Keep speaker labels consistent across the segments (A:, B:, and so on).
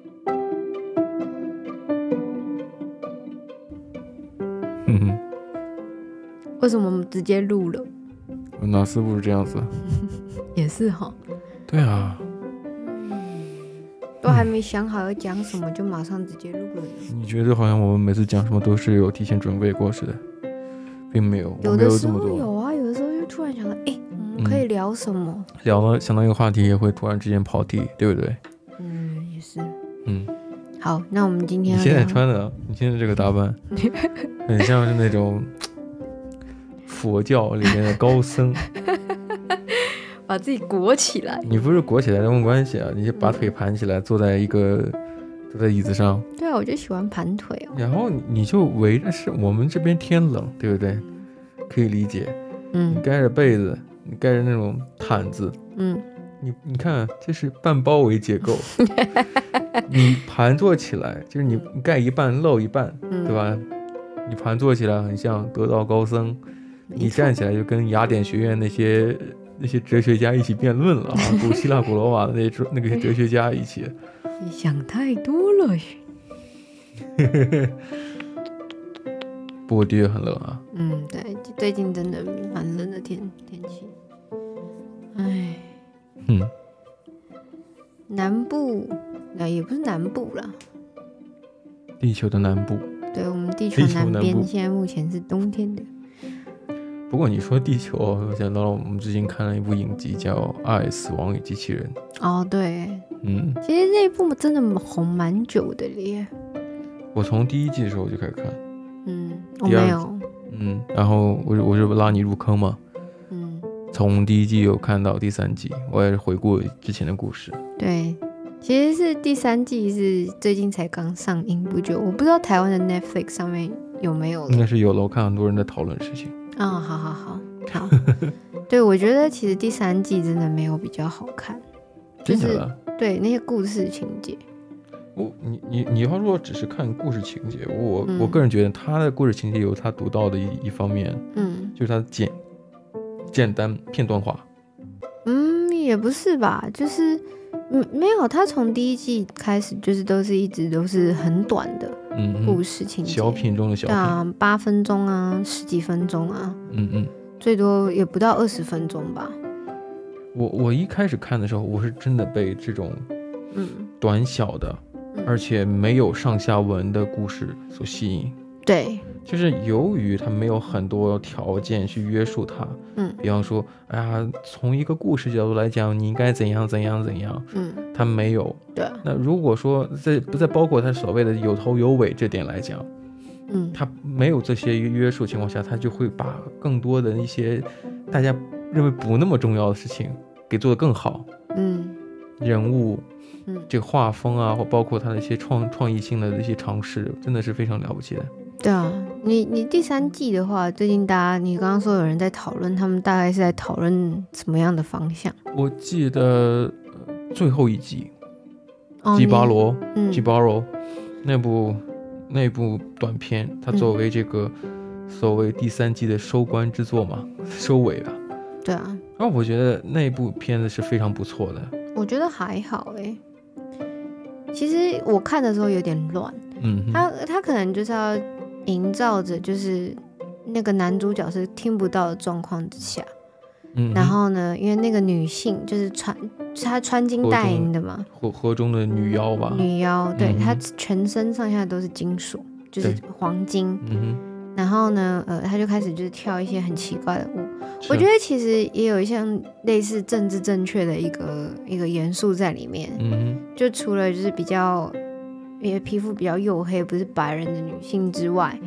A: 哼嗯哼，
B: 为什么我们直接录了？
A: 我哪次不是这样子？
B: 也是哈，
A: 对啊，
B: 都还没想好要讲什么，就马上直接录了呢。
A: 你觉得好像我们每次讲什么都是有提前准备过似的，并没有，我
B: 有
A: 没
B: 的
A: 有
B: 时
A: 这么
B: 候
A: 多嗯
B: 有啊，有的时候就突然想到，哎、我们可以聊什么？
A: 聊了想到一个话题也会突然之间跑题，对不对？
B: 嗯，也是。
A: 嗯，
B: 好，那我们今
A: 你
B: 天要
A: 现在
B: 聊
A: 穿的，你现在这个打扮，
B: 嗯
A: 很像是那种佛教里面的高 僧。
B: 把自己裹起来。
A: 你不是裹起来都没关系啊，你就把
B: 嗯
A: 腿盘起来，坐在一个坐在椅子上，
B: 对啊，我就喜欢盘腿哦。
A: 然后你你就围着是我们这边天冷，对不对？可以理解。你
B: 嗯
A: 盖着被子，你盖着那种毯子，
B: 嗯，
A: 你你看这是半包围结 构，你盘坐起来就是你你盖一半露一半，
B: 嗯
A: 对吧？你盘坐起来很像得道高僧，你
B: 没错
A: 站起来就跟雅典学院那些那些哲学家一起辩论了 啊，古希腊、古罗马的那些那个哲学家一起。
B: 你想太多了。
A: 不过的确很冷啊，
B: 嗯，对，最近真的蛮冷的天天气。哎，
A: 嗯，
B: 南部，那也不是南部啦，
A: 地球的南部。
B: 对我们地球
A: 地球
B: 南
A: 南
B: 边
A: 部
B: 现在目前是冬天的。
A: 不过你说地球，我想到了我们最近看了一部影集叫《爱死亡与机器人》，
B: 哦，对，
A: 嗯，
B: 其实那一部真的红蛮久的了耶。
A: 我从第一季的时候我就开始看，
B: 嗯，我
A: 第二
B: 没
A: 集
B: 有。
A: 嗯，然后我就我就拉你入坑嘛，
B: 嗯，
A: 从第一季有看到第三季，我也是回顾之前的故事，
B: 嗯对，其实是第三季是最近才刚上映不久，我不知道台湾的 Netflix 上面有没有
A: 应
B: 了。
A: 该是有了，我看很多人在讨论事情，
B: 啊、好好好 好。对，我觉得其实第三季真的没有比较好看，就
A: 真假
B: 是
A: 的？啊
B: 对那些故事情节。
A: 我你你你要说只是看故事情节，我、
B: 嗯
A: 我个人觉得他的故事情节有他独到的一一方面，
B: 嗯
A: 就是他简简单片段化，
B: 嗯，也不是吧，就是嗯没有，他从第一季开始就是都是一直都是很短的
A: 嗯，
B: 故
A: 嗯
B: 事情节，
A: 小品中的小
B: 对
A: 品，
B: 啊，八分钟啊，十几分钟啊，
A: 嗯嗯。
B: 最多也不到二十分钟吧。
A: 我我一开始看的时候，我是真的被这种
B: 嗯，
A: 短小的，
B: 嗯
A: 而且没有上下文的故事所吸引。
B: 对，
A: 就是由于它没有很多条件去约束它，
B: 嗯
A: 比方说，哎呀，从一个故事角度来讲，你应该怎样怎样怎样，
B: 嗯，
A: 它没有。
B: 对啊，
A: 那如果说在不再包括它所谓的有头有尾这点来讲，
B: 嗯
A: 它没有这些约束情况下，它就会把更多的一些大家认为不那么重要的事情给做得更好，
B: 嗯
A: 人物
B: 嗯，
A: 这个画风啊，或包括他的一些创创意性的一些尝试，真的是非常了不起的。
B: 对啊，你你第三季的话，最近大家你刚刚说有人在讨论，他们大概是在讨论什么样的方向？
A: 我记得呃最后一集
B: 哦
A: 《吉巴，罗》
B: 你
A: 《吉
B: 嗯
A: 巴罗》那部那部短片，
B: 嗯
A: 它作为这个所谓第三季的收官之作嘛，收尾吧。
B: 对啊，
A: 啊，我觉得那部片子是非常不错的。
B: 我觉得还好哎、其实我看的时候有点乱，
A: 嗯哼，
B: 他他可能就是要营造着就是那个男主角是听不到的状况之下，
A: 嗯哼
B: 然后呢，因为那个女性就是穿她穿金戴银的嘛，
A: 河河中的女妖吧。
B: 女妖，对、
A: 嗯
B: 她全身上下都是金属，就是
A: 对
B: 黄金。
A: 嗯
B: 然后呢，呃，她就开始就是跳一些很奇怪的舞。
A: 哼，
B: 我觉
A: 得，
B: 得其实也有一项类似政治正确的一个一个元素在里面，
A: 嗯
B: 就除了就是比较，也皮肤比较黝黑，不是白人的女性之外，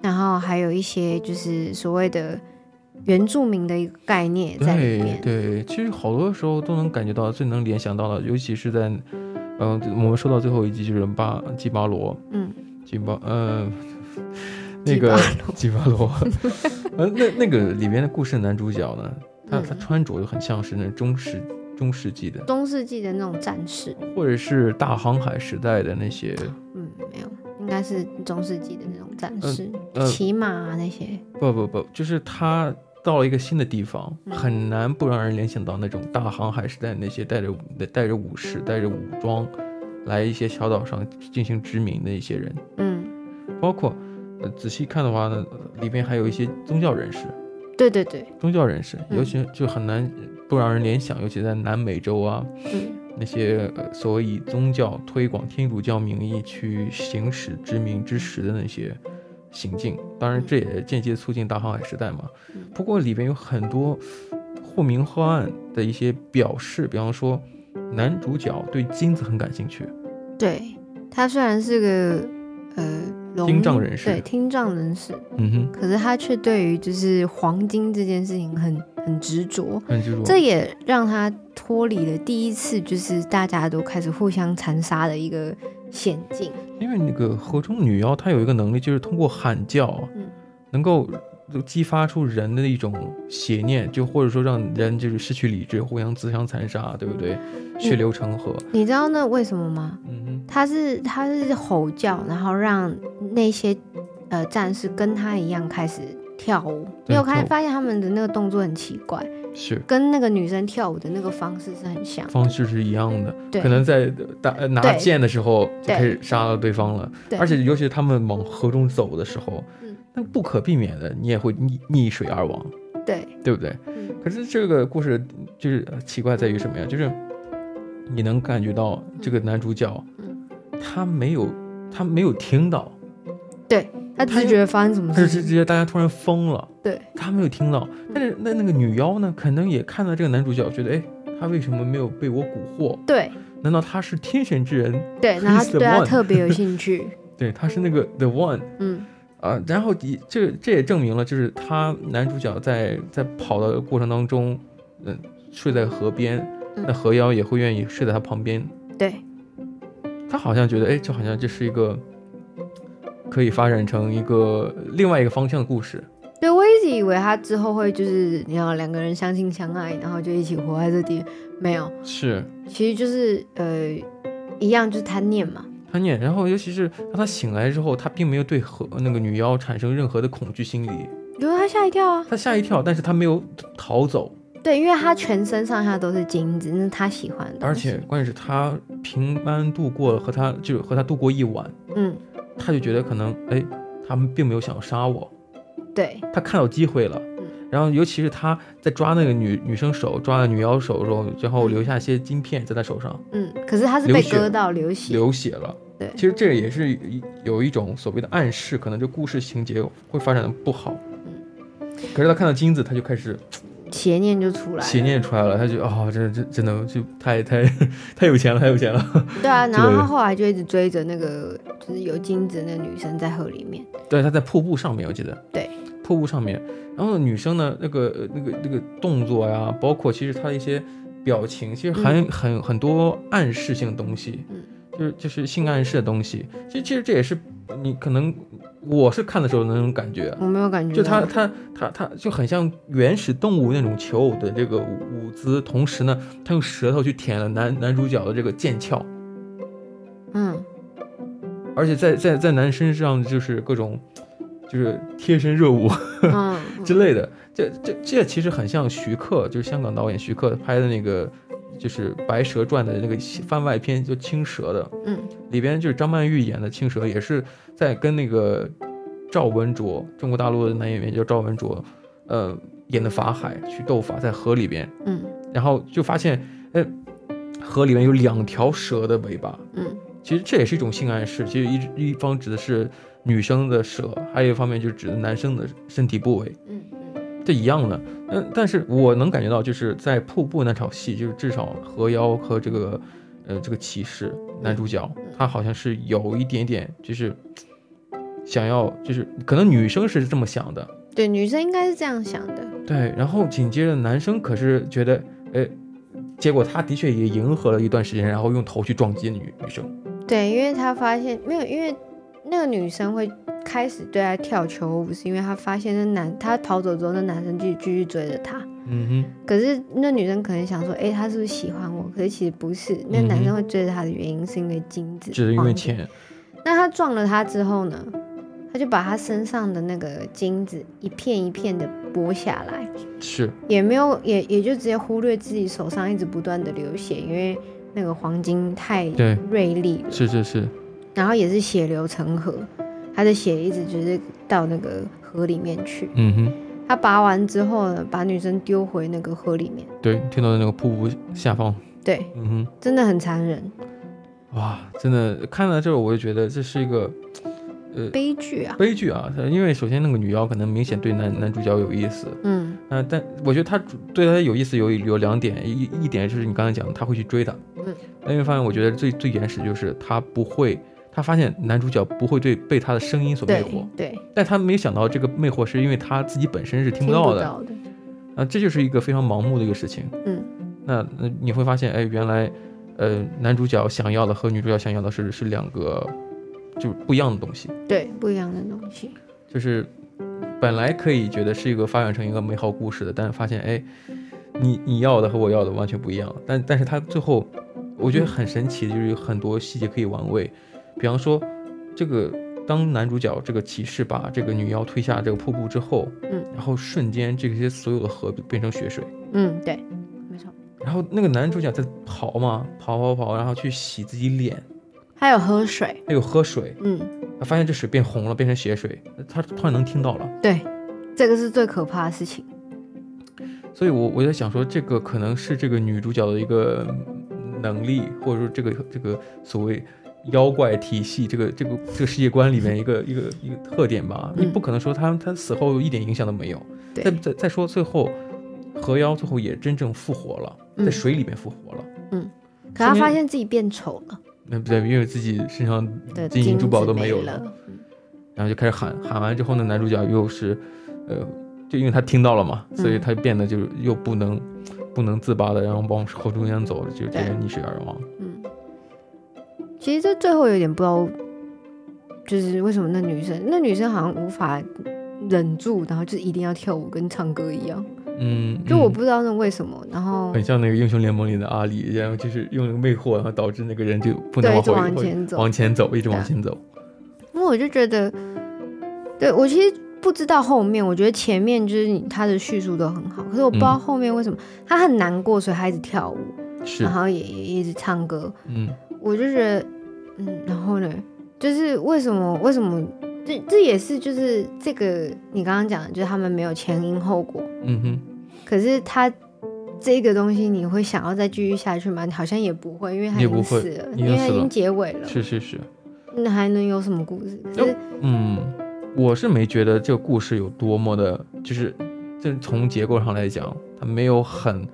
B: 然后还有一些就是所谓的原住民的一个概念
A: 哼，
B: 在里
A: 对
B: 面。
A: 对，其实好多时候都能感觉到，最能联想到的，尤其是在，嗯、我们说到最后一集就是巴基巴罗，
B: 嗯，
A: 吉巴， 呃，那
B: 吉
A: 个
B: 巴
A: 吉巴罗， 呃，那那个里面的故事男主角呢，他他
B: 嗯
A: 穿着就很像是那中世中世纪的，
B: 中世纪的那种战士，
A: 或者是大航海时代的那些，
B: 嗯，没有，应该是中世纪的那种战
A: 嗯
B: 士，
A: 呃，
B: 骑马、啊、那些。
A: 不不不，就是他到了一个新的地方，
B: 嗯
A: 很难不让人联想到那种大航海时代那些带着带着武士、带着武装、来一些小岛上进行殖民的一些人，
B: 嗯，
A: 包括呃仔细看的话呢，呃里面还有一些宗教人士，
B: 对对对，
A: 宗教人士，
B: 嗯
A: 尤其就很难不让人联想，尤其在南美洲啊
B: 嗯
A: 那些呃所谓以宗教推广天主教名义去行使殖民之时的那些行径。当然，
B: 嗯
A: 这也间接促进大航海时代嘛
B: 嗯。
A: 不过里边有很多或明或暗的一些表示，比方说男主角对金子很感兴趣，
B: 对，他虽然是个呃聋
A: 听障人士
B: 对听障人士，
A: 嗯哼，
B: 可是他却对于就是黄金这件事情很很执着，
A: 很执着。
B: 这也让他脱离了第一次就是大家都开始互相残杀的一个险境。
A: 因为那个河中女妖她有一个能力，就是通过喊叫，
B: 嗯
A: 能够激发出人的一种邪念，就或者说让人就是失去理智，互相自相残杀，对不对？
B: 嗯
A: 血流成河。
B: 你知道那为什么吗？
A: 嗯哼，
B: 他是他是吼叫，然后让那些呃战士跟他一样开始跳舞。
A: 对
B: 你有看
A: 跳舞
B: 发现他们的那个动作很奇怪，
A: 是
B: 跟那个女生跳舞的那个方式是很像。
A: 方式是一样的，
B: 对
A: 可能在打呃拿
B: 对
A: 剑的时候就
B: 对
A: 开始杀了对方了，
B: 对
A: 而且尤其是他们往河中走的时候
B: 嗯，
A: 那不可避免的你也会逆逆水而亡，
B: 对，
A: 对不对？
B: 嗯
A: 可是这个故事就是呃奇怪在于什么呀？就是你能感觉到这个男主角，
B: 嗯
A: 他没有他没有听到，
B: 他只是觉得发生什么
A: 他就
B: 事
A: 是
B: 情。
A: 直接大家突然疯了，
B: 对，嗯
A: 他没有听到。但是那那个女妖呢，可能也看到这个男主角，觉得哎，他为什么没有被我蛊惑？
B: 对
A: 难道他是天选之人？
B: 对，然后
A: He's
B: 他
A: the
B: 对他
A: one
B: 特别有兴趣。
A: 对，他是那个 the one
B: 嗯，
A: 啊、然后也这这也证明了，就是他男主角在在跑的过程当中，嗯、睡在河边，
B: 嗯
A: 那河妖也会愿意睡在他旁边。
B: 对
A: 他好像觉得，哎，这好像这是一个可以发展成一个另外一个方向的故事。
B: 对，我一直以为他之后会就是你要两个人相亲相爱，然后就一起活在这地，没有，
A: 是
B: 其实就是呃一样就是贪念嘛。
A: 他念，然后尤其是当他醒来之后，他并没有对河那个女妖产生任何的恐惧心理，
B: 有他吓一跳啊！
A: 他吓一跳，但是他没有逃走，
B: 对，因为他全身上下都是金子，那是他喜欢的东
A: 而
B: 西
A: 且关键是他平安度过和他就和他度过一晚，
B: 嗯，
A: 他就觉得可能哎，他们并没有想要杀我，
B: 对
A: 他看到机会了，
B: 嗯
A: 然后尤其是他在抓那个女女生手，抓那女妖手的时候，然后留下一些晶片在他手上，
B: 嗯，可是他是
A: 流
B: 被
A: 血
B: 割到流血，
A: 流血了。
B: 对
A: 其实这也是一有一种所谓的暗示，可能这故事情节会发展的不好。可是他看到金子，他就开始
B: 邪念就出嗯来
A: 邪
B: 了。
A: 念出来了，他就哦，这这真的就太太 太有钱了，太有钱了。
B: 对啊，然后
A: 对
B: 他后来就一直追着那个就是有金子的那女生在河里面。
A: 对，他在瀑布上面，我记得。
B: 对，
A: 瀑布上面，然后女生呢，那个呃那个那个动作呀，包括其实她的一些表情，其实含很很多暗示性的东西，
B: 嗯，
A: 就是就是性暗示的东西。其实其实这也是你可能我是看的时候的那种感觉，啊
B: 我没有感觉
A: 就它
B: 到，
A: 它它它就很像原始动物那种求偶的这个舞舞姿，同时呢，它用舌头去舔了男男主角的这个剑鞘，
B: 嗯，
A: 而且在在在男身上就是各种就是贴身热舞
B: 嗯
A: 之类的，这这这其实很像徐克，就是香港导演徐克拍的那个就是《白蛇传》的那个番外篇，就青蛇的
B: 嗯
A: 里边就是张曼玉演的青蛇，也是在跟那个赵文卓，中国大陆的男演员叫赵文卓，呃，演的法海去斗法，在河里边，
B: 嗯
A: 然后就发现，哎，河里面有两条蛇的尾巴，
B: 嗯
A: 其实这也是一种性暗示，其实一一方指的是女生的蛇，还有一方面就是指的男生的身体部位，
B: 嗯嗯，
A: 这一样的。嗯，但是我能感觉到，就是在瀑布那场戏，就是至少河妖和这个呃这个骑士男主角，他好像是有一点点就是想要，就是可能女生是这么想的，
B: 对，女生应该是这样想的。
A: 对。然后紧接着男生可是觉得，哎，结果他的确也迎合了一段时间，然后用头去撞击女女生。
B: 对，因为他发现没有，因为那个女生会开始对他跳球舞，是因为她发现那男他逃走之后，那男生继继续追着她。
A: 嗯哼，
B: 可是那女生可能想说，哎、他是不是喜欢我？可是其实不是，那
A: 嗯哼
B: 男生会追着她的原因是因为金子，
A: 只是因为
B: 黄金。
A: 钱。
B: 那他撞了她之后呢，他就把她身上的那个金子一片一片的剥下来，
A: 是，
B: 也没有也也就直接忽略自己手上一直不断的流血，因为那个黄金太
A: 对，
B: 锐利了，
A: 是是是，
B: 然后也是血流成河，他的血一直就是到那个河里面去。
A: 嗯哼，
B: 他拔完之后呢，把女生丢回那个河里面，
A: 对，听到那个瀑布下方，
B: 对，
A: 嗯
B: 真的很残忍，
A: 哼，哇，真的看到这儿，我就觉得这是一个
B: 悲剧啊。
A: 悲剧啊，因为首先那个女妖可能明显对男男主角有意思，
B: 嗯，
A: 嗯、但我觉得他主对他有意思有有两点，一一点就是你刚才讲的，他会去追他，
B: 嗯，
A: 另一方面我觉得最最原始就是他不会，他发现男主角不会对被他的声音所魅
B: 对
A: 惑，
B: 对，
A: 但他没有想到这个魅惑是因为他自己本身是听
B: 听
A: 不到的，
B: 到的。
A: 啊，这就是一个非常盲目的一个事情。
B: 嗯，
A: 那那你会发现，哎，原来，呃，男主角想要的和女主角想要的是是两个就是不一样的东西，
B: 对，不一样的东西。
A: 就是本来可以觉得是一个发展成一个美好故事的，但是发现，哎，你你要的和我要的完全不一样。但但是他最后，我觉得很神奇，就是有很多细节可以玩味，比方说这个。当男主角这个骑士把这个女妖推下这个瀑布之后，
B: 嗯，
A: 然后瞬间这些所有的河变成血水，
B: 嗯，对，没错。
A: 然后那个男主角在跑嘛，跑跑跑，然后去洗自己脸，
B: 还有喝水。
A: 他又喝水，
B: 嗯，
A: 他发现这水变红了，变成血水，他突然能听到了，
B: 对，这个是最可怕的事情。
A: 所以我我在想说，这个可能是这个女主角的一个嗯能力，或者说这个这个所谓妖怪体系，这个这个这个世界观里面一个一个一个特点吧。
B: 嗯
A: 你不可能说他他死后一点影响都没有。
B: 对
A: 再再再说最后，河妖最后也真正复活了，在
B: 嗯
A: 水里面复活了。
B: 可
A: 是
B: 他
A: 因为
B: 发现自己变丑了，
A: 那不对，因为自己身上
B: 对，
A: 金银珠宝
B: 子
A: 都没
B: 没
A: 有了
B: 了。
A: 然后就开始喊，喊完之后呢，男主角又是，呃，就因为他听到了嘛，所以
B: 嗯
A: 他变得就是又不能、不能自拔的，然后往河中间走，就这
B: 对
A: 个溺水而亡。
B: 嗯，其实这最后有点不知道，就是为什么那女生，那女生好像无法忍住，然后就一定要跳舞跟唱歌一样，
A: 嗯，
B: 就我
A: 嗯哎
B: 不知道那为什么。然后
A: 很像那个英雄联盟里的阿里，然后就是用那个魅惑，然后导致那个人就不能
B: 对，一
A: 往
B: 直
A: 回
B: 往
A: 回
B: 前走，
A: 往前走，一直
B: 对啊
A: 往前走。
B: 因为我就觉得，对我其实不知道后面，我觉得前面就是你他的叙述都很好，可是我不知道
A: 嗯
B: 后面为什么、他很难过，所以他一直跳舞，
A: 是
B: 然，后也也一直唱歌，
A: 嗯，
B: 我就觉得，嗯，然后呢，就是为什么为什么这这也是就是这个你刚刚讲的，就是他们没有前因后果，
A: 嗯哼，
B: 可是他。这个东西你会想要再继续下去吗？你好像也不会，因为他已
A: 也不
B: 经
A: 会
B: 死了，
A: 已
B: 因
A: 经
B: 为他
A: 死
B: 已经
A: 了
B: 结尾了，
A: 是是是，
B: 那还能有什么故事？可是
A: 嗯，我是没觉得这个故事有多么的，就是这从结构上来讲，它没有很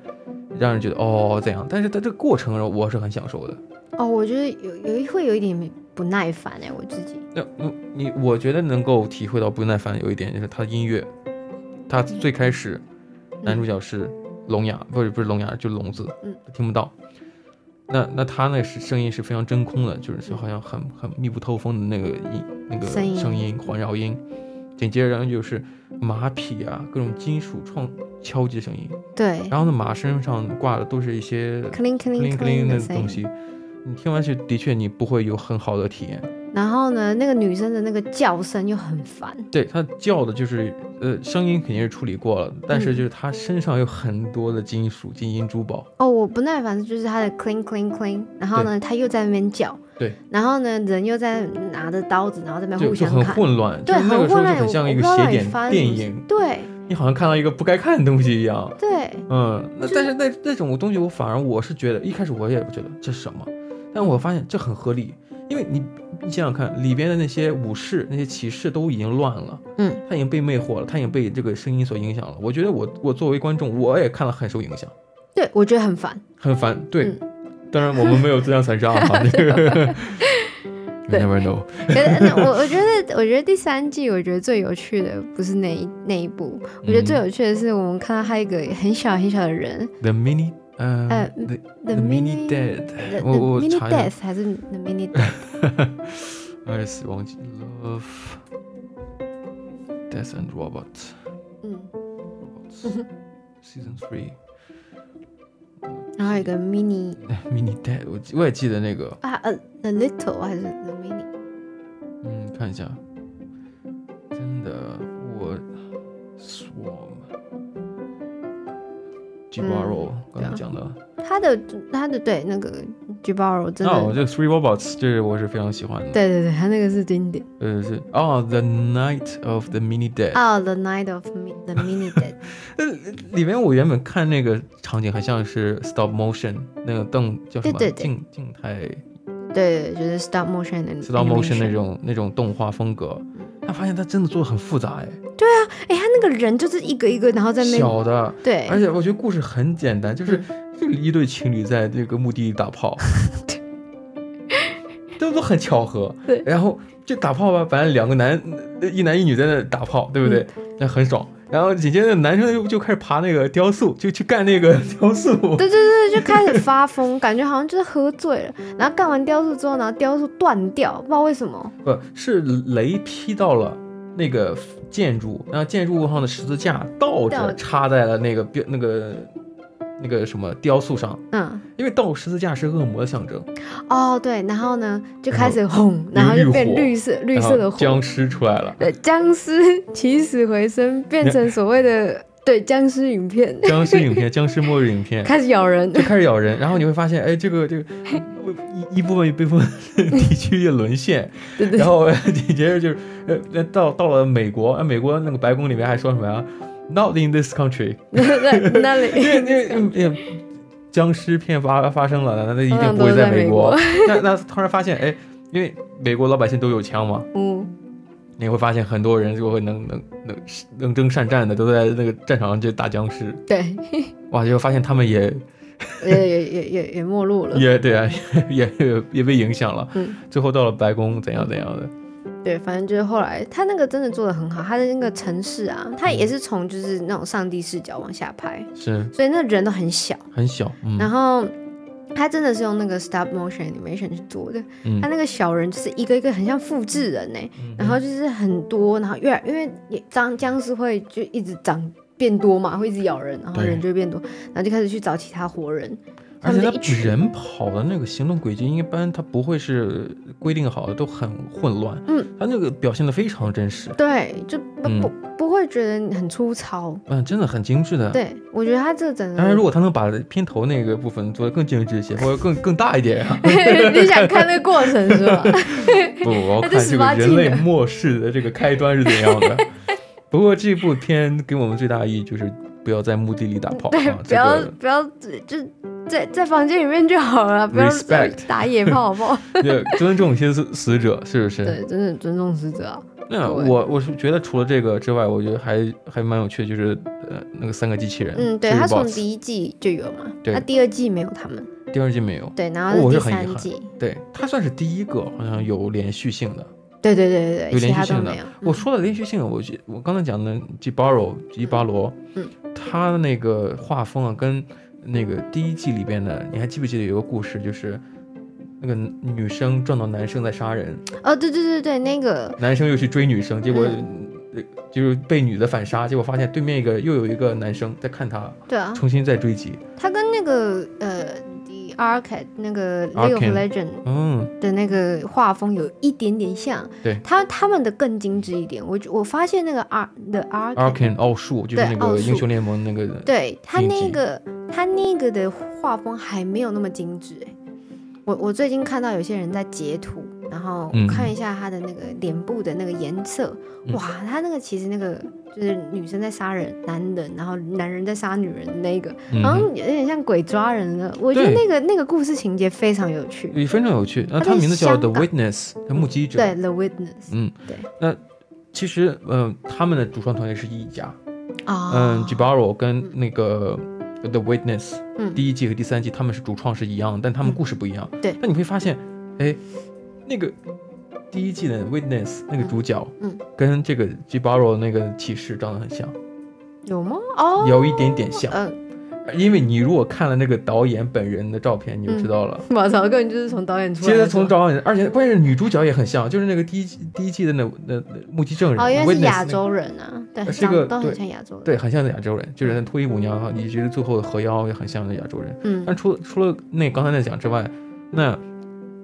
A: 让人觉得哦怎样，但是它这个过程我是很享受的。
B: 哦，我觉得有有一会有一点不耐烦哎、我自己。
A: 那那你我觉得能够体会到不耐烦有一点就是它的音乐，它最开始男主角是聋哑，不是不是聋哑，就聋子，
B: 嗯，
A: 听不到。那那他那是声音是非常真空的，就是是好像很很密不透风的那个音那个
B: 嗯声音
A: 声音环绕音，紧接着然后就是马匹啊各种金属创敲击的声音，
B: 对
A: 然后呢马身上挂的都是一些
B: ，cling
A: 克
B: cling
A: 铃克铃
B: 的
A: 的
B: 声
A: 东
B: 音。
A: 西，你听完去的确你不会有很好的体验。
B: 然后呢，那个女生的那个叫声又很烦，
A: 对他叫的就是，呃，声音肯定是处理过了，但
B: 嗯
A: 是就是他身上有很多的金属、金银珠宝，
B: 哦，我不耐烦就是她的 cling cling cling，然后呢，她又在那边叫，
A: 对，
B: 然后呢，人又在拿着刀子，然后在那边
A: 就
B: 互
A: 就
B: 相
A: 很
B: 砍，
A: 混乱，
B: 对，
A: 就是那个时候
B: 混
A: 就
B: 乱，
A: 很
B: 我
A: 像
B: 我
A: 一个
B: 不知道
A: 邪
B: 到底
A: 典
B: 发生
A: 电
B: 什么事
A: 影，
B: 对
A: 你好像看到一个不该看的东西一样。
B: 对，
A: 嗯，那
B: 就
A: 但是那那种东西，我反而我是觉得一开始我也不觉得这是什么，但我发现这很合理，因为你你想想看，里边的那些武士、那些骑士都已经乱了，
B: 嗯，
A: 他已经被魅惑了，他已经被这个声音所影响了。我觉得我我作为观众，我也看了很受影响。
B: 对我觉得很烦，
A: 很烦。对，
B: 嗯
A: 当然我们没有自相残杀 啊。这个 You
B: 对
A: never know。
B: 可是那我我觉得，我觉得第三季我觉得最有趣的不是那一那一部，我觉得
A: 嗯
B: 最有趣的是我们看到他一个很小很小的人，
A: The mini，呃、
B: 呃
A: t h e
B: The
A: mini
B: Mini
A: dead，
B: The,
A: 我
B: the
A: 我
B: mini
A: 查一下，
B: death 还是 the mini death？
A: 二十四忘记 Love Death and Robots
B: 嗯，
A: Robots Season Three
B: 然后有一个 mini
A: mini dead，我记我也记得那个，
B: 啊呃、the little 还是 the mini？
A: 嗯，看一下，真的我 Swarm。g i b a r o 刚才
B: 对啊
A: 讲的，
B: 他的他的对那个 g i b a r o 真的，
A: 哦那我这个 Three Robots 这是我是非常喜欢的。
B: 对对对，他那个是经典。
A: 呃，是哦，《The Night of the Mini Dead》
B: 哦、t h e Night of Mi- the Mini Dead，
A: 里面我原本看那个场景很像是 stop motion 那个动叫什么
B: 对对对
A: 静静态
B: 对，就是 stop motion 的
A: stop motion 那
B: animation。
A: 种那种动画风格，他嗯发现他真的做的很复杂哎，
B: 哎，他那个人就是一个一个，然后在那哎嗯边
A: 小的，
B: 对
A: 而且我觉得故事很简单，就是就一对情侣在这个墓地里打 炮，都都很巧合。
B: 对
A: 然后就打炮吧，反正两个男一男一女在那打炮，对不对？
B: 嗯
A: 那、很爽。然后紧接着男生就就开始爬那个雕塑，就去干那个 雕塑。
B: 对对对，就开始发疯，感觉好像就是喝醉 了。然后干完雕塑之后，然后雕塑断掉，不知道为什么。
A: 不是雷劈到了那个建筑，然后建筑物上的十字架倒
B: 倒
A: 着
B: 着
A: 插在了那个标那个那个什么雕塑上，
B: 嗯，
A: 因为倒十字架是恶魔的象征。
B: 哦对，然后呢就开始轰，然后就变
A: 绿火
B: 绿色绿
A: 然
B: 色
A: 后
B: 的火，
A: 僵尸出来了。
B: 对，僵尸起死回生，变成所谓的对僵尸影片，
A: 僵尸影 片、僵尸末日影片
B: 开始咬人
A: 就。开始咬人，然后你会发现，哎，这个这个一一部分被部分 地区也沦陷，
B: 对对
A: 然后 紧接着就是呃呃到到了美国，哎，美国那个白宫里面还说什么呀？Not in this country，
B: 对，那
A: 因 为因为
B: 里
A: 因为因为嗯僵尸片发发生了，那那一
B: 通
A: 定
B: 常
A: 不会
B: 嗯都在
A: 美
B: 美
A: 国
B: 国。
A: 那 那突然发现，哎，因为美国老百姓都有枪嘛，
B: 嗯，
A: 你会发现很多人就会能能能能征善战的，都在那个战场上去打僵尸。
B: 对，
A: 哇，就发现他们也
B: 也也也也也没落了。
A: 也对啊，也也也被影响了。
B: 嗯，
A: 最后到了白宫，怎样怎样的？
B: 对，反正就是后来他那个真的做的很好，他的那个城市啊，他
A: 嗯
B: 也是从就是那种上帝视角往下拍，
A: 是
B: 所以那人都很小。
A: 很小，
B: 然
A: 嗯
B: 后他真的是用那个 stop motion animation 去做的，
A: 嗯
B: 他那个小人就是一个一个很像复制人呢、
A: 嗯
B: 然后就是很多，然后越来因为也僵僵尸会就一直长变多嘛，会一直咬人，然后
A: 对
B: 人就会变多，然后就开始去找其他活人，他
A: 而
B: 们
A: 且
B: 就
A: 他
B: 一群，
A: 人跑的那个行动轨迹，一般他不会是规定好的，都很混乱。
B: 嗯，
A: 他那个表现的非常真实，
B: 对，就不、
A: 嗯
B: 不不会觉得很粗糙。
A: 嗯，真的很精致的。
B: 对，我觉得他这整
A: 嗯当然，如
B: 个，
A: 果他能把片头那
B: 嗯
A: 个部分做得更精致一些，或者更更大一点，啊
B: 你想看那个过程 是吧？
A: 不，我要
B: 那就
A: 看这个
B: 18
A: 人
B: 禁
A: 类
B: 了
A: 末世的这个开端是怎样的。不过这部片给我们最大的意义就是不要在墓地里打炮，
B: 对，
A: 啊，
B: 不
A: 这
B: 要、
A: 个
B: 不要，就在在房间里面就好 了，不要
A: Respect
B: 打野炮，好不好？
A: 对，尊重一些死死者，是不 是？
B: 对，真的尊重死者啊。
A: 那
B: 对
A: 我我是觉得除了这个之外，我觉得还还蛮有趣的，就是呃那个三个机器人，
B: 嗯，对，
A: Three
B: 他从
A: Bots
B: 第一季就有嘛，
A: 对
B: 他第二季没有他们，
A: 第二季没有，
B: 对，然
A: 哦
B: 后
A: 我
B: 是
A: 是
B: 第
A: 很遗
B: 三
A: 憾
B: 季，
A: 对，它算是第一个好像有连续性的，
B: 对对对对
A: 有
B: 对，其
A: 连续
B: 他都
A: 性的哦
B: 没有。嗯
A: 我说的连续性，我记我刚才讲的吉巴罗吉巴罗，
B: 嗯，
A: 他那个画风啊，跟那个第一季里边的，你还记不记得有个故事，就是那个女生撞到男生在杀人，
B: 哦，对对对对，那个
A: 男生又去追女生，结果、
B: 嗯
A: 呃就是被女的反杀，结果发现对面一个又有一个男生在看他，
B: 对啊，
A: 重新再追击。
B: 他跟那个呃，The Arcade 那个 League of
A: Arcane
B: Legend
A: 嗯，
B: 的那个画风有一点点像，
A: 对
B: 他他们的更精致一点。我我发现那个 R The
A: a r
B: Arcade，
A: k a n 奥数就是
B: 啊对
A: 那
B: 奥
A: 个
B: 数
A: 英雄联盟那个，
B: 对他
A: 竞技
B: 那个他那个的画风还没有那么精致哎。我我最近看到有些人在截图，然后
A: 嗯
B: 我看一下他的那个脸部的那个颜色，
A: 嗯
B: 哇，他那个其实那个就是女生在杀人，男人，然后男人在杀女人的那个，好像
A: 嗯，
B: 有点像鬼抓人了。我觉得
A: 对
B: 那个那个故事情节非常有趣。
A: 也非常有趣。那
B: 它
A: 他
B: 在
A: 名字叫
B: 香
A: The
B: 港
A: Witness，叫目击者。
B: 对，《The Witness
A: 嗯，
B: 对。
A: 那其实，嗯、他们的主创团队是一家，》
B: 啊，
A: 嗯 g i b a r o 跟那个 The Witness，
B: 嗯
A: 第一季和第三季他们是主创是一样的，但他们
B: 嗯
A: 故事不一样。
B: 对
A: 但你会发现，哎，那个第一季的 Witness 那个主角，
B: 嗯嗯，
A: 跟这个 g i b a r o 那个骑士长得很像，
B: 有吗？哦，
A: 有一点点像。
B: 嗯，
A: 因为你如果看了那个导演本人的照片，你就知道了。
B: 马槽根本嗯就是从导演出来
A: 接
B: 的。
A: 着从导演，而且关键是女主角也很像，就是那个第一季第一季的那那那目击证人，
B: 哦，因为
A: witness
B: 是
A: 那个
B: 亚
A: 呃
B: 洲人啊，对，
A: 是个
B: 长都
A: 对
B: 很像亚洲人。
A: 对，很像亚洲人，
B: 嗯
A: 就是那脱衣舞娘啊，以及最后的河妖也很像那亚洲人。
B: 嗯
A: 但除除了那刚才那讲之外，那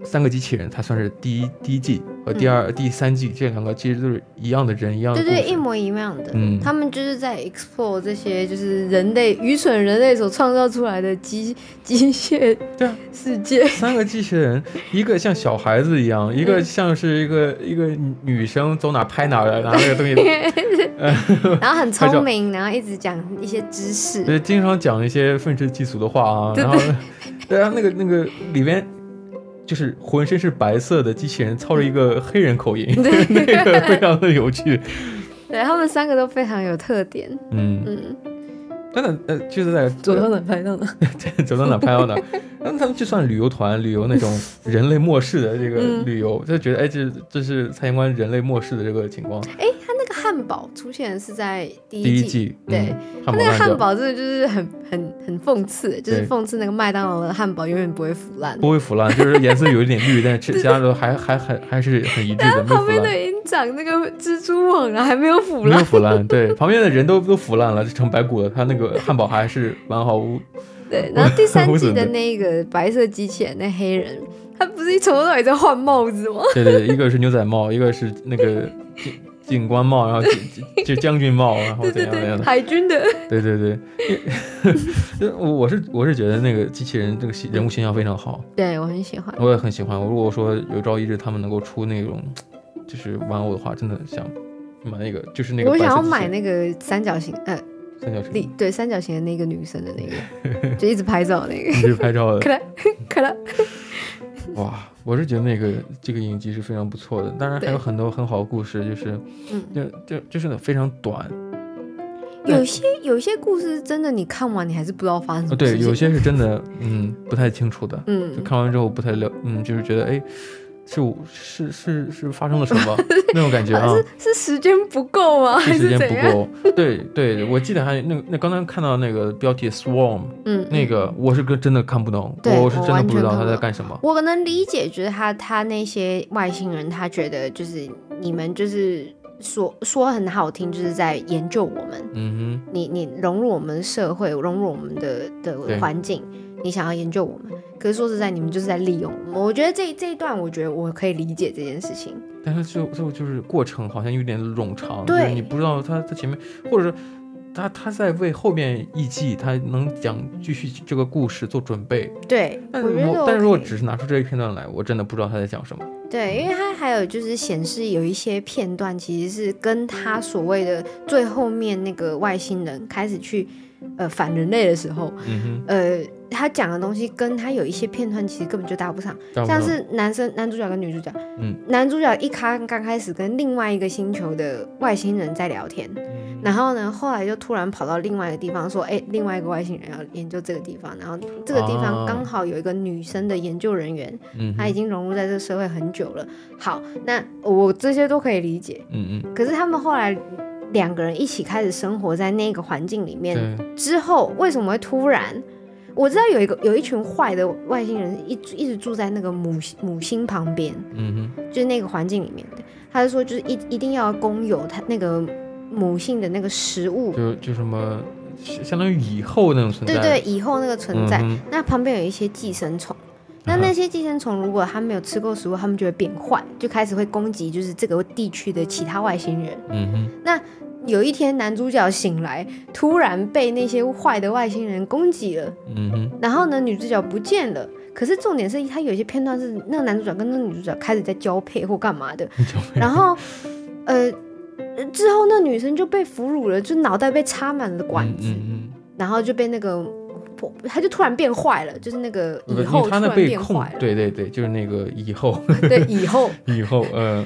A: 三个机器人》，它算是第一第一季和第二、第三季这两个其实都是一样的人，一样的
B: 嗯对
A: 故
B: 对，
A: 事
B: 一模一样的。
A: 嗯
B: 他们就是在 explore 这些就是人类愚蠢人类所创造出来的机机械
A: 对啊
B: 世 界。
A: 三个机器人，一个像小孩子一样，一个
B: 嗯
A: 像是一个一个女生走哪拍哪的拿那个 东西，
B: 然后很
A: 拍照
B: 聪明，然后一直讲一些知识。
A: 呃，经常讲一些愤世嫉俗的话啊。
B: 对
A: 然后， 对啊，那个那个里边就是浑身是白色的机器人操着一个黑人口音， 那个非常的有趣。
B: 对他们三个都非常有特点。
A: 嗯，
B: 嗯，
A: 真的呃，就是在
B: 左右冷拍到哪？
A: 走到哪拍 到哪。然后他们就算旅游团，旅游那种人类末世的这个
B: 嗯
A: 旅游，就觉得哎，这这是蔡英官人类末世的这个情况。
B: 他那个汉堡出现的是在第
A: 第
B: 一
A: 一
B: 季。
A: 季，
B: 对
A: 嗯，
B: 他
A: 汉堡
B: 那个
A: 烂掉
B: 汉堡真的就是很很很讽刺，欸就是
A: 对
B: 讽刺那个麦当劳的汉堡永远不会腐烂。
A: 不会腐烂，就是颜色有一点绿，但是 吃其他的还还还还是很一致 的，没有
B: 旁
A: 腐
B: 边
A: 烂
B: 的。营长那个蜘蛛网啊，还没有 腐
A: 没有
B: 烂。
A: 腐烂，对，旁边的人都都腐烂了，就成白骨了。他那个汉堡还是完好无，
B: 对，然后第三
A: 无
B: 季
A: 损
B: 的
A: 的
B: 那个白色机器人那黑人，他不是从头到尾在换帽子吗？
A: 对对，一个是牛仔帽，一个是那个警警官帽，然后警警就将军帽，然后
B: 对
A: 怎
B: 对
A: 样怎
B: 对
A: 样，哦的，
B: 海军的。
A: 对对对。 因为我我是我是觉得那个机器人这个形人物形象非常好，
B: 对我很喜欢。
A: 我也很喜欢。我如果说有朝一日他们能够出那种就是玩偶的话，真的想买那个，就是那个
B: 我
A: 白色
B: 想要
A: 机器
B: 买
A: 人
B: 那个三角形，呃，
A: 三角
B: 立
A: 形，
B: 对三角形的那个女生的那个，就一直拍照的那个，
A: 你是拍照的
B: 咔啦咔啦，
A: 哇，我是觉得那个这个影集是非常不错的，当然还
B: 对
A: 有很多很好的故事，就是
B: 嗯，
A: 就就就是非常短，对
B: 有些有些故事真的你看完你还是不知道发生什
A: 呃
B: 么事
A: 对，
B: 情。
A: 有些是真的嗯不太清楚的，就
B: 嗯，
A: 看完之后不太了，嗯，就是觉得哎，是我是是是发生了什 么那种感觉啊，
B: 是时间不够吗？ 还
A: 是时
B: 是
A: 间
B: 怎样？
A: 不够，对对，我记得还那那刚刚看到那个标题 Swarm
B: 嗯，
A: 那个我是个真的看不懂，
B: 对
A: 我是
B: 我
A: 真的
B: 完
A: 不知
B: 全
A: 道
B: 看
A: 他
B: 不
A: 在
B: 懂
A: 干什么，
B: 我能理解，就是他他那些外星人，他觉得就是你们就是说说很好听，就是在研究我们，
A: 嗯哼，
B: 你你融入我们社会，融入我们的
A: 对
B: 的环境，你想要研究我们。可是说实在，你们就是在利用我们。我觉得这这一段，我觉得我可以理解这件事情。
A: 但是就就就是过程好像有点冗长，就是
B: 对
A: 你不知道他他前面，或者是他他在为后面一季他能讲继续这个故事做准备，
B: 对，
A: 但
B: 我
A: 如
B: 觉得
A: 果
B: OK
A: 但如果只是拿出这一片段来，我真的不知道他在讲什么。
B: 对，因为它还有就是显示有一些片段，其实是跟他所谓的最后面那个外星人开始去呃反人类的时候，
A: 嗯
B: 呃，他讲的东西跟他有一些片段其实根本就搭不上，
A: 哼，大部分
B: 像是男生男主角跟女主角，
A: 嗯，
B: 男主角一开刚开始跟另外一个星球的外星人在聊天，
A: 嗯
B: 然后呢，后来就突然跑到另外一个地方说，哎，另外一个外星人要研究这个地方，然后这个地
A: 啊
B: 方刚好有一个女生的研究人员，
A: 嗯
B: 她已
A: 哼
B: 经融入在这个社会很久了。好，那我这些都可以理解，
A: 嗯嗯，
B: 可是他们后来。两个人一起开始生活在那个环境里面，
A: 对，
B: 之后为什么会突然？我知道有一个有一群坏的外星人一直一直住在那个母母星旁边，
A: 嗯哼，
B: 就是那个环境里面的。他就说，就是一一定要公有它那个母性的那个食物，
A: 就就什么相相当于以后那种存
B: 对
A: 在，
B: 对，以后那个存在。
A: 嗯哼
B: 那旁边有一些寄生虫，那
A: 啊哈
B: 那些寄生虫如果它没有吃够食物，它们就会变坏，就开始会攻击就是这个地区的其他外星人。
A: 嗯哼，
B: 有一天男主角醒来，突然被那些坏的外星人攻击了。
A: 嗯哼，
B: 然后呢，女主角不见了。可是重点是，他有一些片段是那个男主角跟那个女主角开始在交配或 干嘛的，
A: 就
B: 然后，呃，呃之后那女生就被俘虏了，就脑袋被插满了管子，
A: 嗯嗯
B: 然后就被那个，不他就突然变坏了，就是那个
A: 嗯，不
B: 以
A: 因为
B: 后突
A: 他那
B: 然
A: 被
B: 变
A: 控
B: 坏，了，
A: 对对对，就是那个以后。
B: 对，以后，
A: 以后，呃，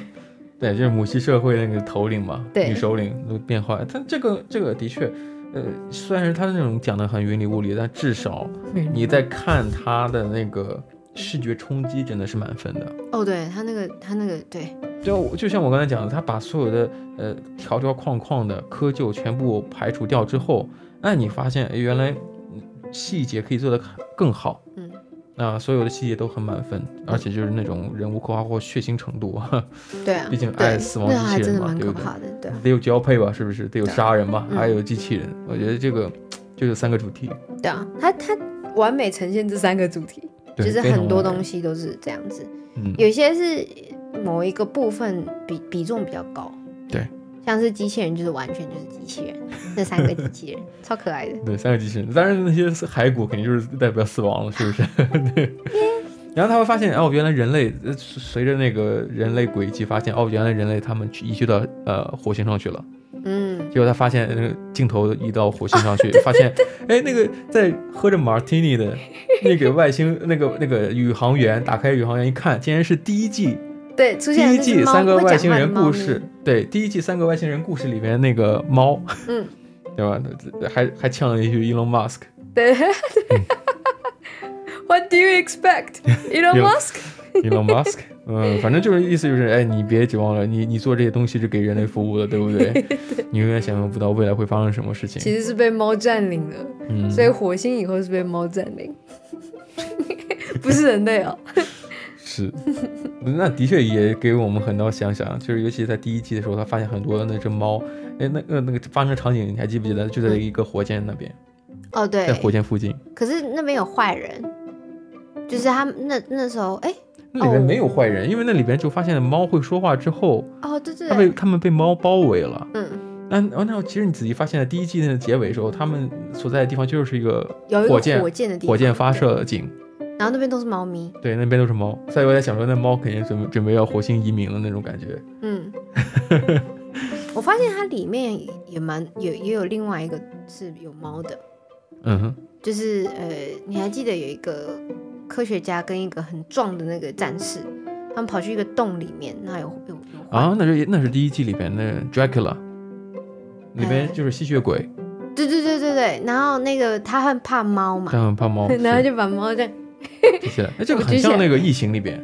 A: 对，就是母系社会那个头领嘛，
B: 对
A: 女首领都变坏。但这个这个的确，呃，虽然他那种讲的很云里雾里，但至少你在看他的那个视觉冲击真的是满分的。
B: 哦，对他那个他那个对，
A: 就啊我就像我刚才讲的，他把所有的呃条条框框的窠臼全部排除掉之后，那你发现哎原来细节可以做得更好。
B: 嗯，
A: 啊、所有的细节都很满分，而且就是那种人物刻画或血腥程度，
B: 对啊，
A: 毕竟
B: 对
A: 爱死亡
B: 那
A: 机
B: 还
A: 器
B: 真
A: 人嘛，
B: 的蛮
A: 对
B: 可
A: 不对？
B: 怕的，对 啊，
A: 得有交配吧，是不是？得有
B: 对
A: 杀人吧，
B: 嗯
A: 还有机器人。我觉得这个就是三个主题，
B: 对啊，他他完美呈现这三个主题，
A: 对
B: 就是
A: 非常
B: 很多
A: 完美
B: 东西都是这样子。
A: 嗯
B: 有些是某一个部分比比重比较高，
A: 对，
B: 像是机器人就是完全就是机器人，那三个机器 人超可爱的，
A: 对，三个机器人，当然那些骸骨肯定就是代表死亡了，是不 是？对。然后他会发现，哦，原来人类呃随着那个人类轨迹发现，哦，原来人类他们去移居到呃火星上去了。
B: 嗯，
A: 结果他发现那个镜头移到火星上去，发
B: 哦
A: 现哎，那个在喝着 martini 的那个外星那个那个宇航员，打开宇航员一看，竟然是第一季
B: 对，出
A: 第
B: 现了
A: 一
B: 这只
A: 季
B: 猫
A: 三个
B: 会讲
A: 外星
B: 话的
A: 人
B: 猫
A: 故
B: 咪
A: 事，，对，第一季三个外星人故事里面那个猫，
B: 嗯，
A: 对吧？还还呛了一句 Elon Musk，
B: 对。What do you expect, Elon
A: 有
B: Musk？
A: Elon Musk，嗯，反正就是意思就是，哎，你别指望了，你你做这些东西是给人类服务的，对不对？你永远想象不到未来会发生什么事
B: 其
A: 情。
B: 实是被猫占领了，
A: 嗯，
B: 所以火星以后是被猫占领， 不是人类哦。
A: 是，那的确也给我们很多想想，就是尤其在第一季的时候，他发现很多那只猫，哎，那个那个发生的场景你还记不记得？就在一个火箭那边，
B: 哦，对
A: 在，火箭附近，
B: 可是那边有坏人，就是他们那那时候，哎，
A: 那里边
B: 哦
A: 没有坏人，因为那里边就发现猫会说话之后，
B: 哦，对对
A: 他被
B: 对，
A: 他们被猫包围了。
B: 嗯，
A: 那哦，那其实你仔细发现，第一季的结尾的时候，他们所在的地方就是一个
B: 有一个
A: 火箭
B: 火箭的地方，
A: 火箭发射井。
B: 然后那边都是猫咪，
A: 对，那边都是猫，所以我在想说，那猫肯定准备准备要火星移民了那种感觉。
B: 嗯。我发现它里面也蛮有也有另外一个是有猫的，
A: 嗯哼，
B: 就是呃，你还记得有一个科学家跟一个很壮的那个战士，他们跑去一个洞里面，那有有有坏
A: 啊，那是那是第一季里边的 Dracula，里边
B: 嗯
A: 就是吸血鬼，
B: 对对对对对，然后那个他很怕 猫嘛，
A: 他很怕 猫，
B: 然后
A: 哦是
B: 就把猫这样，
A: 举起来。哎，这个
B: 我
A: 很
B: 举起
A: 像
B: 来
A: 那个异形里边，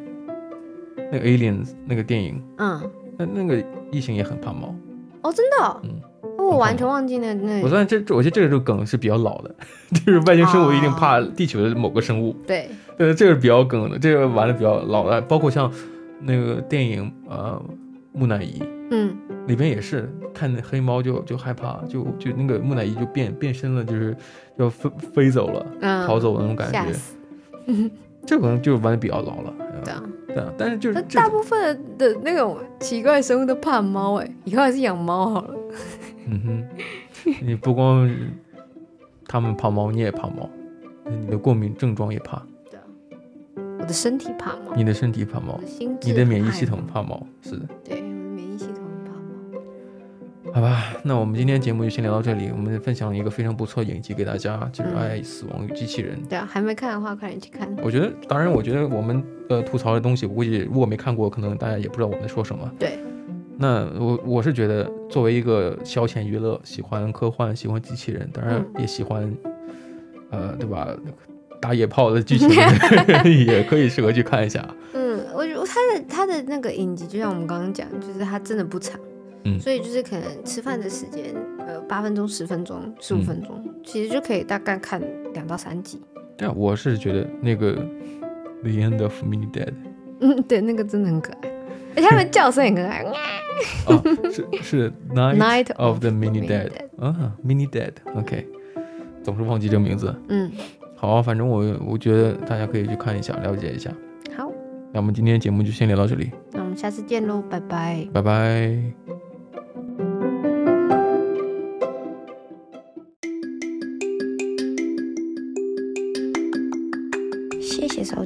A: 那个 Aliens 那个电影，
B: 嗯，
A: 那那个异形也很怕猫。
B: 哦，真的哦、
A: 嗯
B: 哦，我完全忘记那那
A: 我算这这，我觉得这个这个梗是比较老的， 就是外星生物一定怕
B: 哦
A: 地球的某个生物，
B: 对，
A: 呃，这个是比较梗的，这个玩的比较老的，包括像那个电影呃木乃伊。
B: 嗯，
A: 里边也是看那黑猫就就害怕，就就那个木乃伊就变变身了，就是要飞飞走了，
B: 嗯
A: 逃走的那种感
B: 吓
A: 觉。
B: 死
A: 这可能就玩的比较老了，
B: 对啊！
A: 对啊，但是就是
B: 那
A: 这
B: 大部分的那种奇怪生物都怕猫哎，以后还是养猫好了。
A: 嗯哼，你不光他们怕猫，你也怕猫，你的过敏症状也怕，
B: 对啊，我的身体怕猫，
A: 你的身体怕猫
B: 我的，心智
A: 哦你的免疫
B: 很爱
A: 系统
B: 猫，
A: 怕猫，是的，
B: 对，我的免疫系统很怕猫。
A: 好吧，那我们今天节目就先聊到这里，我们分享了一个非常不错的影集给大家，就是《
B: 嗯
A: 爱、死亡与机器人》。
B: 对啊，还没看的话，快点去看。
A: 我觉得，当然，我觉得我们呃吐槽的东西，我估计如果没看过，可能大家也不知道我们在说什么。
B: 对，
A: 那我我是觉得，作为一个消遣娱乐，喜欢科幻，喜欢机器人，当然
B: 嗯
A: 也喜欢，呃，对吧？打野炮的剧情 也可以适合去看一下。
B: 嗯，我觉得他的他的那个影集，就像我们刚刚讲，就是它真的不长，
A: 嗯
B: 所以就是可能吃饭的时间，呃，八分钟、十分钟、十五
A: 嗯
B: 分钟，其实就可以大概看两到三集。
A: 但我是觉得那个《The End of Mini Dead
B: 嗯，对，那个真的很可爱，而且他们叫声也很可爱。》
A: 啊，是是 Night of
B: Night
A: the
B: of the
A: Mini
B: Mini
A: Dead 啊，Mini Dead，OK，、总是忘记这个名字。
B: 嗯，
A: 好，反正我我觉得大家可以去看一下，了解一下。
B: 好，
A: 那我们今天节目就先聊到这里，
B: 那我们下次见喽，拜拜。
A: 拜拜。
B: 谢谢收